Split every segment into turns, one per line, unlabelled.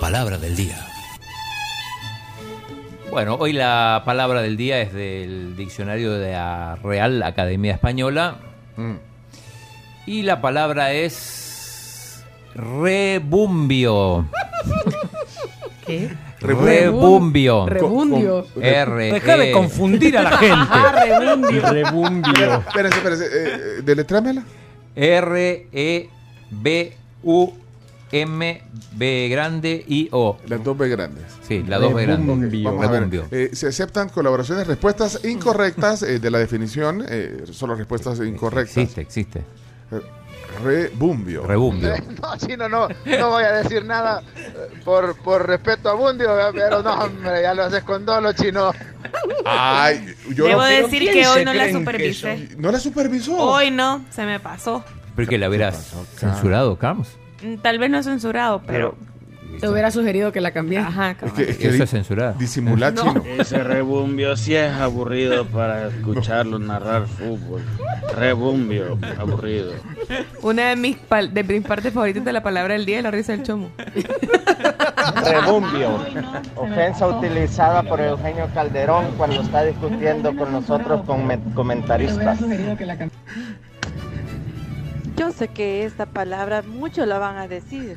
palabra del día.
Bueno, hoy la palabra del día es del diccionario de la Real Academia Española.
Mm.
Y la palabra es rebumbio.
¿Qué?
Rebumbio.
eh,
Rebundio.
R.
Deja de
E.
confundir a la gente.
Ah, rebundio.
Rebumbio.
Espérense, espérense. Eh, eh, deletréamela.
R E B U M B grande I O.
Las dos B grandes.
Sí, la dos B grande.
Rebumbio.
Vamos a ver.
Rebumbio.
Eh, se aceptan colaboraciones, respuestas incorrectas eh, de la definición. eh, solo respuestas incorrectas.
Existe, existe.
Eh, Rebumbio.
Rebumbio.
No, chino, no, no voy a decir nada eh, por, por respeto a Bundio, pero no, hombre, ya lo haces con dolo, chino.
Ay, yo
Debo
no,
decir
¿quién
que
se
hoy no la
creen que
supervisé.
¿No la supervisó.
Hoy no, se me pasó.
¿Por qué la hubieras censurado, Carlos?
Mm, Tal vez no censurado, pero.
Te hubiera sugerido que la cambiara.
Ajá,
Es
cabrón.
que, es que
Eso
di-
es censurado.
disimular chino.
Ese rebumbio sí es aburrido para escucharlo narrar fútbol. Rebumbio, aburrido.
Una de mis, pal- de mis partes favoritas de la palabra del día es la risa del chomo.
Rebumbio.
Ofensa utilizada por Eugenio Calderón cuando está discutiendo con nosotros comentaristas.
Yo sé que esta palabra muchos la van a decir,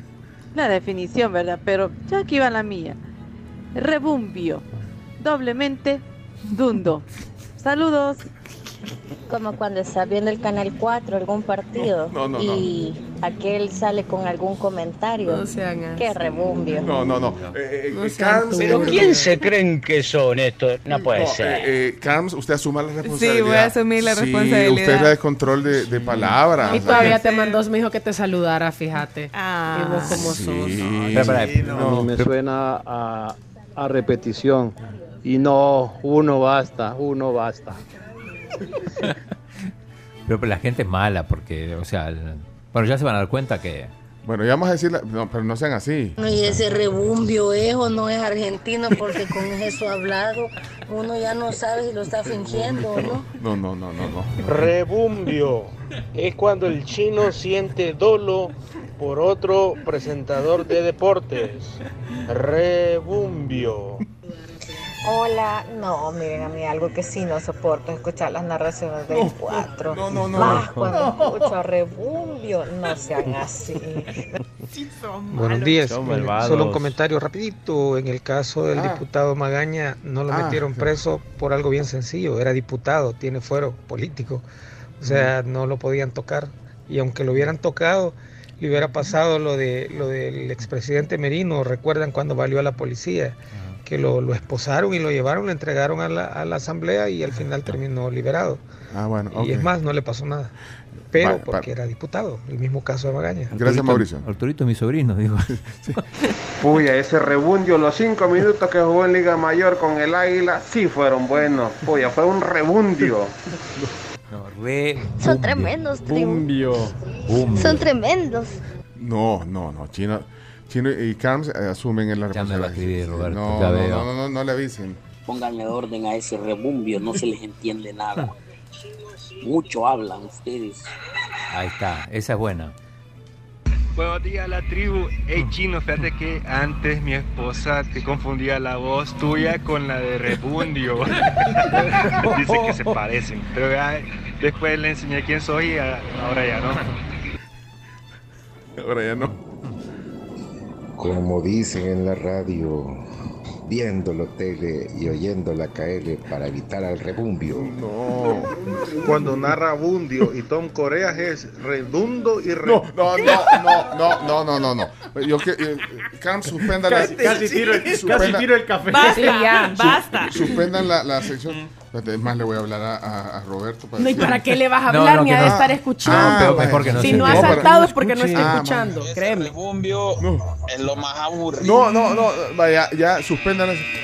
la definición, ¿verdad? Pero ya aquí va la mía. Rebumbio, doblemente dundo. Saludos.
Como cuando estás viendo el Canal 4, algún partido,
No, no, no,
y aquel sale con algún comentario.
No sean así.
Qué rebumbio.
No, no, no. Eh, eh,
No
eh,
sean
Carms,
Pero
eh,
¿quién
eh,
se creen que son estos? No puede
no,
ser.
eh, eh, Carms, usted asuma la responsabilidad.
voy a asumir la
Sí,
responsabilidad.
Usted es la de control de, de palabras.
Y
o sea,
todavía
que-
te mandó, me dijo que te saludara, fíjate.
Ah.
Y vos como sos.
Sí.
Espera, espera, espera.
No,
me suena a, a repetición. Y no, uno basta, uno basta.
Pero la gente es mala porque, o sea, el- bueno, ya se van a dar cuenta que
Bueno, ya vamos a decir, la- no, pero no sean así.
Y ese rebumbio es o no es argentino porque con eso hablado uno ya no sabe si lo está fingiendo o no.
No, no, no, no, no.
Rebumbio es cuando el chino siente dolo por otro presentador de deportes. Rebumbio.
Hola, no, miren a mí algo que sí no soporto escuchar las narraciones del 4.
no, no, no.
Más cuando escucho rebumbio, no sean así.
Buenos
días.
Son malvados. Solo un
comentario rapidito. En el caso del
Ah.
diputado Magaña, no lo
Ah.
metieron preso por algo bien sencillo. Era diputado, tiene fuero político. O sea, no lo podían tocar. Y aunque lo hubieran tocado, le hubiera pasado lo de lo del expresidente Merino. ¿Recuerdan cuando valió a la policía? Que lo, lo esposaron y lo llevaron, lo entregaron a la, a la asamblea y al final terminó liberado.
Ah, bueno.
Y
ok.
es más, no le pasó nada. Pero
Vale,
porque
vale.
era diputado, el mismo caso de Magaña.
Gracias, Mauricio.
Arturito es mi sobrino, digo.
Puya, ese rebundio, los cinco minutos que jugó en Liga Mayor con el Águila, sí fueron buenos. Puya, fue un rebundio.
No, re
Son tremendos,
Bumbio.
son tremendos.
No, no, no. Chino, Chino y Carms eh, asumen la
Ya me va a
responsabilidad.
escribir, Roberto,
No,
ya
no,
veo.
no, no, no, no le avisen.
Pónganle orden a ese rebumbio, no se les entiende nada. Mucho hablan ustedes.
Ahí está, esa es buena.
Buenos días, la tribu. Hey, chino, fíjate que antes mi esposa te confundía la voz tuya con la de Rebundio. Dice que se parecen, pero ya después le enseñé quién soy y a- ahora ya no.
Ahora ya no.
Como dicen en la radio, viendo la tele y oyendo la KL para evitar al rebumbio.
No.
Cuando narra Bundio y Tom Coreas es redundo y
No, no, no, no, no, no, no, no. Yo que eh, Carms suspenda la
tiro, el-
Suspenda-
el café.
Basta, basta.
suspendan la, la sección. Espérate, Es más, le voy a hablar a, a- a Roberto.
No, ¿y
decir-
para qué le vas a
No,
hablar
no,
ni
que
a
no.
de estar
Ah,
escuchando?
pero
vaya.
mejor que no
si
se
no ha
entere.
para-
saltado es porque no
escuche.
está
Ah,
escuchando, créeme.
Rebumbio
No.
es lo más aburrido.
No, no, no. Vaya, ya suspendan la sección.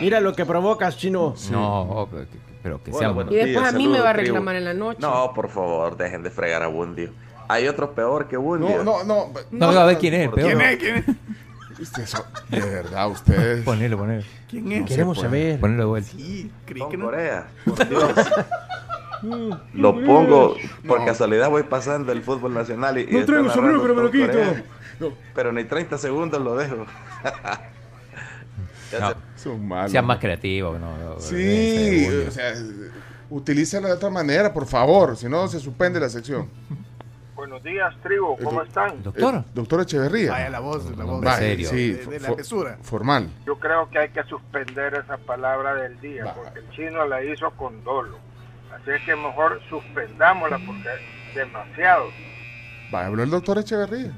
Mira lo que provocas, chino.
No, oh, pero que- pero que sea
Y después a mí me va a reclamar en la noche.
No, Oh, por favor, dejen de fregar a Bundio. Hay otro peor que Bundio.
No, no, no.
No, a ver quién es el peor.
¿Quién es? ¿Quién es? Ustedes son- de verdad, ustedes.
Ponelo, ponelo.
no se
Queremos
pueden.
saber.
Ponelo de vuelta.
Tom Corea, por Dios. Lo pongo por
No.
casualidad voy pasando el fútbol nacional y, y
No
está
traigo sombrero, pero
narrando
me lo
Tom
quito.
Corea.
Pero ni 30 segundos lo dejo. Ya
No.
Son malos.
Sean más creativos. No, no, eh,
Sí,
ese,
o sea, utilícenlo de otra manera, por favor. Si no, se suspende la sección.
Buenos días, tribu. ¿Cómo están?
Eh, doctor Echeverría.
Vaya la voz, la voz
Vaya,
de- serio.
sí,
de- de la
fo-
mesura.
Formal.
Yo creo que hay que suspender esa palabra del día, porque el chino la hizo con dolo. Así es que mejor suspendámosla, porque es demasiado.
Vaya, habló el doctor Echeverría.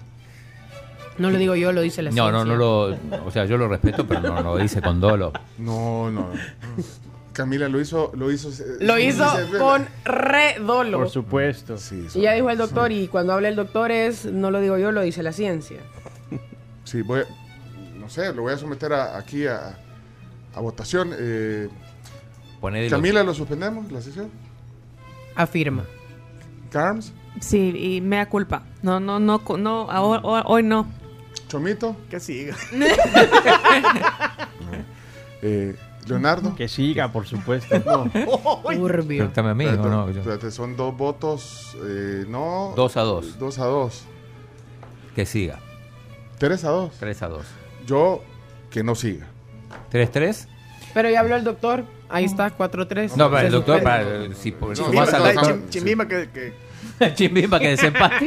No lo digo yo, lo dice la
No, no, no
ciencia.
lo. O sea, yo lo respeto, pero no lo hice con dolo.
No, no. Camila lo hizo. Lo hizo, eh,
Lo hizo con redolo.
supuesto. Sí,
Y ya dijo el doctor, y cuando habla el doctor es, no lo digo yo, lo dice la ciencia.
Sí, voy a- no sé, lo voy a someter a- aquí a, a votación. Eh,
Ponele los-
Camila, ¿lo suspendemos la sesión?
Afirma.
¿Carms?
Sí, y me da culpa. No, no, no, cu- no, ahora- hoy, hoy no.
¿Chomito?
Que siga.
Eh, ¿Leonardo?
Que siga, por supuesto.
Turbio.
Préstame a mí,
Espérate,
¿o no? Yo-
espérate, son dos votos, eh, no.
Dos a dos.
Dos a dos.
Que siga.
Tres a dos.
Tres a dos.
Yo, que no siga.
¿Tres, tres?
Pero ya habló el doctor, ahí está, 4-3.
No, para el
Se
doctor,
suspende.
para, si pues, por-
Chimbimba,
sumás al
dale,
doctor-
chim- chimbimba que-
Chimbimba que desempate.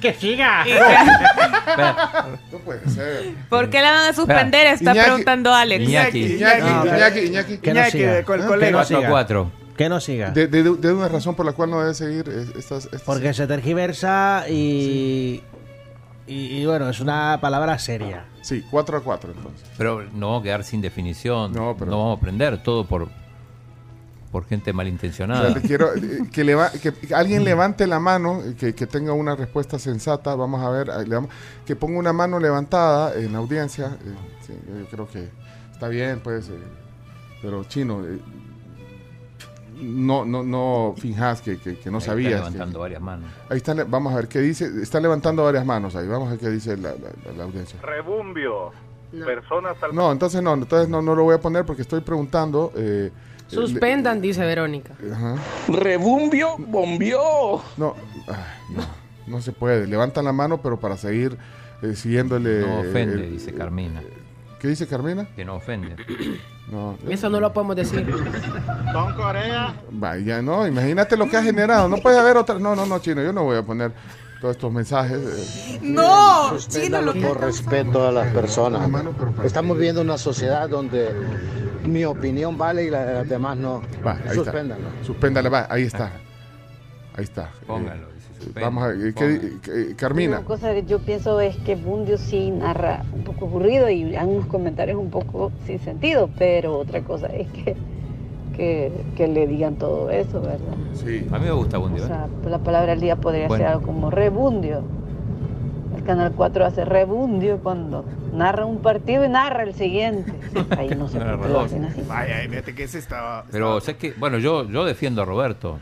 que siga.
Espera.
No puede ser.
¿Por qué la van a suspender? Está
Iñaki-
preguntando Alex.
Iñaki. Iñaki,
Iñaki,
Iñaki,
Iñaki,
Iñaki.
Que no Iñaki, siga. con el
Ah,
colega.
que no
Cuatro a
siga.
cuatro. Que no siga.
De, de- de una razón por la cual no debe seguir es- estas. estas-
Porque se tergiversa y, y, y bueno, es una palabra seria.
Sí, 4 a 4 entonces.
Pero no vamos a quedar sin definición. No, vamos a aprender todo por, por gente malintencionada.
Espérate, quiero eh, que, leva- que- que
Mm.
alguien levante la mano, eh, que, que tenga una respuesta sensata. Vamos a ver, eh, le vamos- que ponga una mano levantada en la audiencia. eh, sí, yo creo que está bien, pues. eh, pero chino, eh, no, no, no finjas que, que- que no
Ahí está
sabías. que-
levantando varias manos.
Ahí está, le- vamos a ver qué dice. Está levantando varias manos ahí. Vamos a ver qué dice la, la- la- la audiencia.
Rebumbio. Personas al...
No, entonces no, entonces no, no lo voy a poner porque estoy preguntando. eh, eh, le-
Suspendan, dice Verónica.
Ajá.
Rebumbio, bombió.
No, ay, no, no se puede. Levantan la mano, pero para seguir eh, siguiéndole.
No ofende,
eh,
dice Carmina.
¿Qué dice Carmina?
Que no ofende.
No, eh,
Eso no lo podemos decir.
Don Corea.
vaya, no, imagínate lo que ha generado. No puede haber otra. No, no, no, chino, yo no voy a poner todos estos mensajes. eh.
No,
Suspéndalo por respeto a las personas. Estamos viviendo una sociedad donde mi opinión vale y la de las demás no.
eh, Va, ahí
Suspéndalo.
está. Suspéndale, va, ahí está. Ahí está. Eh,
Póngalo,
Vamos a ver, eh, ¿qué di- eh, Carmina.
Una cosa que yo pienso es que Bundio sí narra un poco aburrido y algunos comentarios un poco sin sentido, pero otra cosa es que, que, que le digan todo eso, ¿verdad?
Sí.
A mí me gusta
O
Bundio. ¿eh?
sea, la palabra del día podría
Bueno.
ser algo como rebundio. El Canal 4 hace rebundio cuando narra un partido y narra el siguiente. Ahí no se
Narra
puede
dos.
hacer así.
Vaya, ay, fíjate que ese estaba...
Pero sé que, bueno, yo, yo defiendo a Roberto.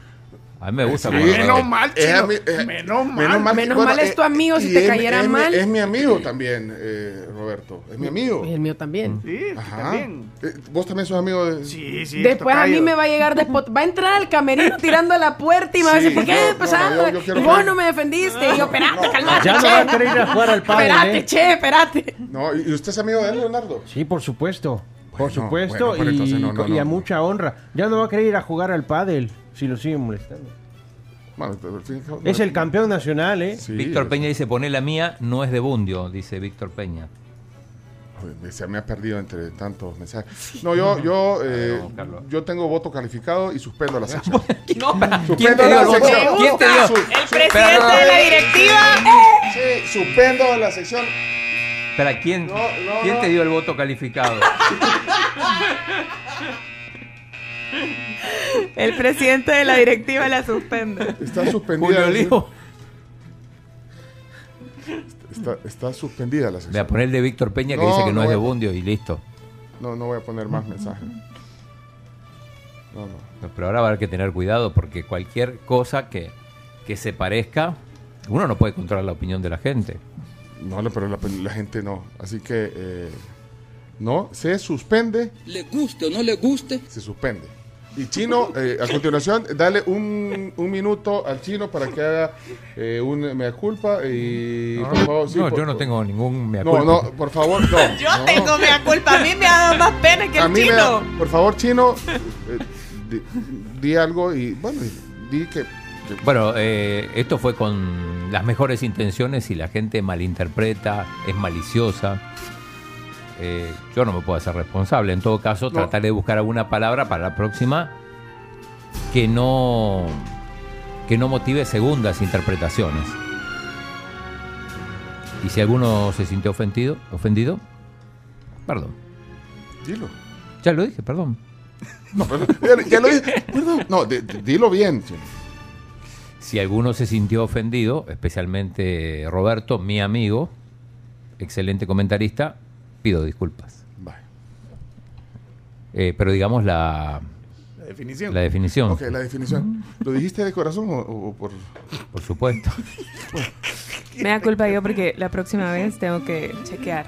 A mí me gusta.
Sí.
cuando
Menos
Roberto-
mal, chino. Es a mí- eh,
menos mal.
Menos mal,
Menos
bueno,
mal es tu
eh,
amigo si
y
te
es-
cayera
es mi-
mal.
Es mi amigo también, eh, Roberto. Es mi amigo.
Y el mío también.
Sí,
Ajá. Eh, ¿Vos también sos amigo de.?
Sí,
Después a mí me va a llegar de spot- Va a entrar al camerino tirando a la puerta y me va a
Sí,
decir, ¿por qué
yo- no,
empezaste?
no, yo- yo quiero
Y vos
ver-
no me defendiste. Y yo, espérate, calmate.
Ya no
che.
va a querer ir a jugar al pádel,
Espérate,
¿eh?
che, espérate.
No, ¿y y usted es amigo de él, Leonardo?
Sí, por supuesto. por supuesto.
bueno, pero
y,
entonces no, no,
y a
no.
mucha honra. Ya no va a querer ir a jugar al pádel si lo siguen molestando.
Bueno, pero al fin y al cabo, no
Es el campeón nacional, ¿eh?
Víctor Peña dice, poné la mía, no es de Bundio, dice Víctor Peña.
Joder, Se me ha perdido entre tantos mensajes. No, yo, yo, eh, yo tengo voto calificado y suspendo la sección.
¿Quién te
la
dio el voto?
sección.
¿Quién te dio?
Su-
El
su-
presidente de la
directiva.
Sí, suspendo la sección.
Espera, ¿quién,
no,
¿quién
no.
te dio el voto calificado?
El presidente de la directiva la suspende.
Está suspendida. Está, está suspendida la
Voy
sección.
a poner el de Víctor Peña que
No,
dice que no,
no
es de
voy a-
Bundio y listo.
No, no voy a poner más mensajes. No, no.
Pero ahora va a haber que tener cuidado porque cualquier cosa que, que se parezca, uno no puede controlar la opinión de la gente.
No, no, pero la, la gente no. Así que, eh, no, se suspende.
Le guste o no le guste.
Se suspende. Y Chino, eh, a continuación, dale un, un minuto al Chino para que haga eh, un mea culpa y por favor, sí,
Ah. no,
por-
yo no tengo ningún mea
No,
culpa.
no, por favor, no.
Yo
no.
tengo mea culpa. A mí me ha dado más pena que
A
el
mí me da-
chino.
por favor, Chino, eh, di, di algo y bueno, di que
Bueno, eh, esto fue con las mejores intenciones y la gente malinterpreta, es maliciosa. Eh, yo no me puedo hacer responsable. En todo caso,
No.
trataré de buscar alguna palabra para la próxima que no que no motive segundas interpretaciones. Y si alguno se sintió ofendido, ofendido, perdón.
dilo.
Ya lo dije, perdón.
No, pero- ya, ya lo dije. Perdón. No, di- di- dilo bien, Chino.
Si alguno se sintió ofendido, especialmente Roberto, mi amigo, excelente comentarista, pido disculpas.
Vale.
Eh, pero digamos la,
La definición.
La definición.
Ok, la definición. ¿Lo dijiste de corazón o, o por...?
Por supuesto.
Me da culpa yo porque la próxima vez tengo que chequear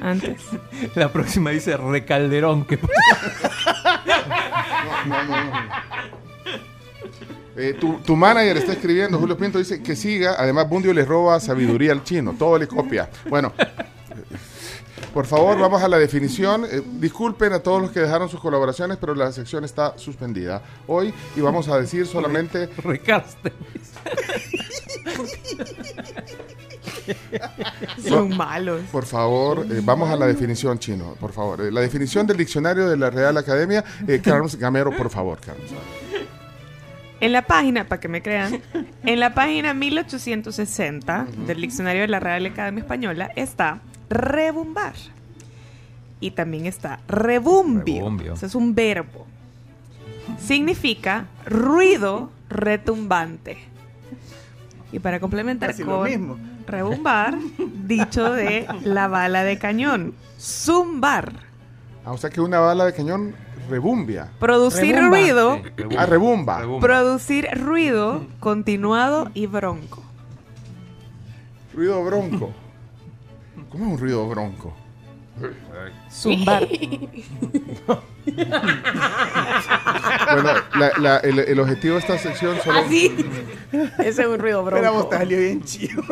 antes.
La próxima dice Recalderón. Que...
No, no, no. Eh, tu, tu manager está escribiendo, Julio Pinto dice que siga. Además, Bundio le roba sabiduría al chino, todo le copia. Bueno, eh, por favor, vamos a la definición. Eh, disculpen a todos los que dejaron sus colaboraciones, pero la sección está suspendida hoy y vamos a decir solamente.
Recaste.
Son malos.
Por favor, eh, vamos a la definición chino, por favor. Eh, la definición del diccionario de la Real Academia, eh, Carlos Gamero, por favor, Carlos.
En la página, para que me crean, en la página 1860 del diccionario de la Real Academia Española está rebumbar. Y también está rebumbio.
Rebumbio.
Eso es un verbo. Significa ruido retumbante. Y para complementar
Casi lo
con
mismo.
rebumbar, dicho de la bala de cañón, zumbar.
Ah, o sea que una bala de cañón rebumbia.
Producir
Rebumba.
ruido.
Sí, rebumba. Ah, rebumba.
Producir ruido continuado y bronco.
Ruido bronco. ¿Cómo es un ruido bronco?
Zumbar.
Bueno, la- la- el, el objetivo de esta sección solo...
Así. Ese es un ruido bronco.
Era vos, te salió bien chido.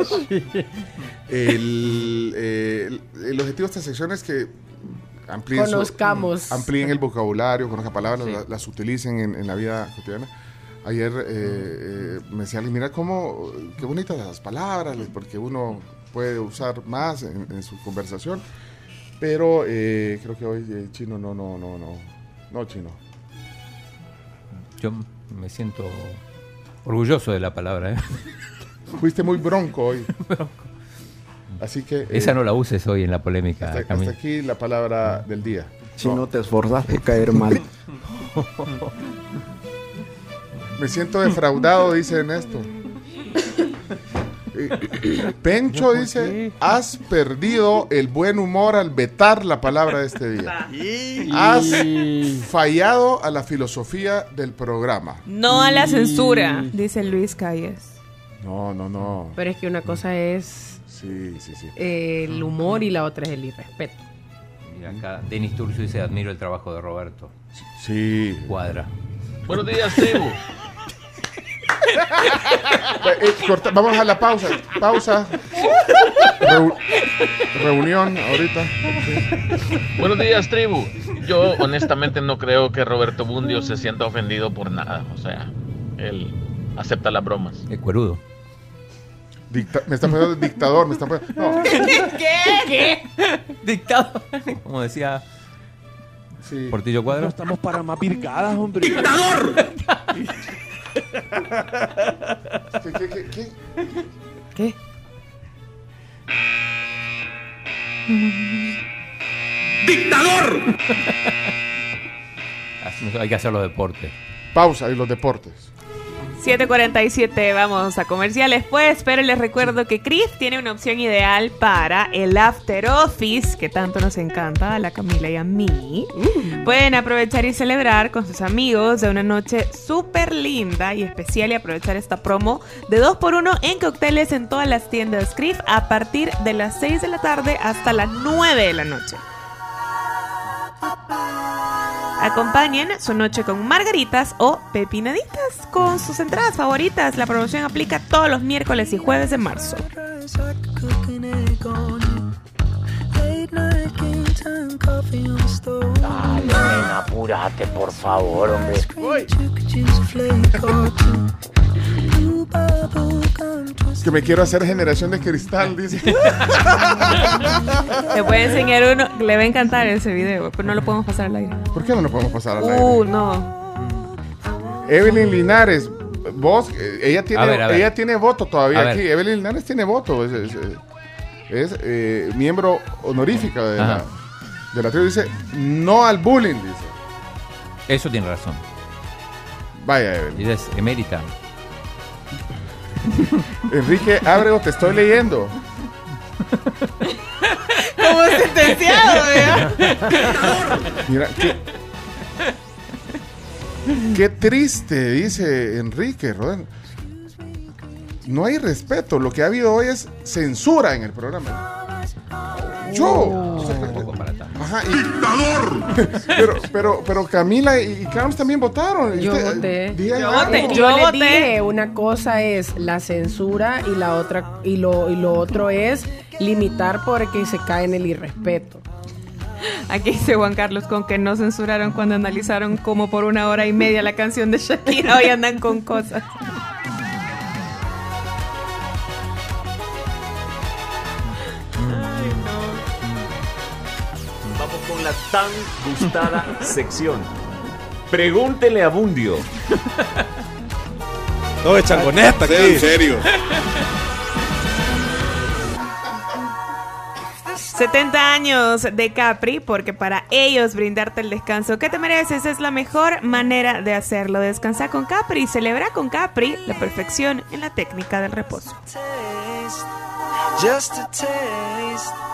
El, eh, el- el objetivo de esta sección es que amplíen, su-
Conozcamos.
amplíen el vocabulario, conozcan palabras, la- las, utilicen en, en la vida cotidiana. Ayer eh, eh, me decía alguien, mira cómo, qué bonitas las palabras, porque uno puede usar más en, en su conversación. Pero eh, creo que hoy eh, chino, no, no, no, no, no chino.
Yo me siento orgulloso de la palabra. ¿eh?
Fuiste muy bronco hoy. Así que... eh,
Esa no la uses hoy en la polémica,
hasta-
Camila.
hasta aquí la palabra del día.
Si no te esforzaste caer mal.
Me siento defraudado, dice Ernesto. Pencho dice, has perdido el buen humor al vetar la palabra de este día. Has fallado a la filosofía del programa.
No a la censura, dice Luis Calles.
No, no, no.
Pero es que una cosa es
Sí, sí, sí.
eh, el humor y la otra es el irrespeto.
Mira acá, Denis Turcio dice, admiro el trabajo de Roberto.
Sí.
Cuadra.
Buenos días, Tebo.
Eh, eh, corta- vamos a la pausa. Pausa. Reu- reunión ahorita.
Buenos días, tribu. Yo honestamente no creo que Roberto Bundio se sienta ofendido por nada. O sea, él acepta las bromas.
Es cuerudo.
Dicta- me están poniendo dictador, me están poniendo... no.
¿Qué?
Dictado. Como decía Portillo Cuadra.
No estamos para más vircadas, hombre.
¿Qué, qué, qué, qué?
¿Qué?
¡Dictador! Hay que hacer los deportes.
Pausa y los deportes.
747, vamos a comerciales pues, pero les recuerdo que Chris tiene una opción ideal para el After Office, que tanto nos encanta a la Camila y a mí. Pueden aprovechar y celebrar con sus amigos de una noche súper linda y especial y aprovechar esta promo de 2x1 en cócteles en todas las tiendas Criff a partir de las 6 de la tarde hasta las 9 de la noche. Acompañen su noche con margaritas o pepinaditas con sus entradas favoritas. La promoción aplica todos los miércoles y jueves de marzo.
Dale, nena, apúrate, por favor, hombre.
Que me quiero hacer generación de cristal, dice.
Le voy a enseñar uno, le va a encantar ese video, pero no lo podemos pasar al aire.
¿Por qué no lo podemos pasar al
Uh, no.
aire? Evelyn Linares, vos, eh, ella tiene,
A ver, a ver.
ella tiene voto todavía
A ver.
aquí. Evelyn Linares tiene voto. Es, es- es, eh, miembro honorífica de la,
Ajá.
de la tribu. Dice, no al bullying, dice.
Eso tiene razón.
Vaya, Evelyn.
Ella es emérita.
Enrique Abrego, te estoy leyendo.
Como sentenciado,
Mira, qué, qué triste, dice Enrique Rodríguez. No hay respeto. Lo que ha habido hoy es censura en el programa. Yo. Ajá, ¡Dictador! Pero, pero, pero Camila y Carlos también votaron.
Yo
Usted-
voté.
diga-
Es que Yo, le dije, una cosa es la censura y la otra y lo y lo otro es limitar porque se cae en el irrespeto.
Aquí dice Juan Carlos con que no censuraron cuando analizaron como por una hora y media la canción de Shakira. Hoy andan con cosas.
Vamos con la tan gustada sección. Pregúntele a Bundio.
No, es changoneta aquí.
Sean serios.
70 años de Capri, porque para ellos brindarte el descanso que te mereces es la mejor manera de hacerlo. Descansa con Capri, celebra con Capri la perfección en la técnica del reposo.
Just a taste.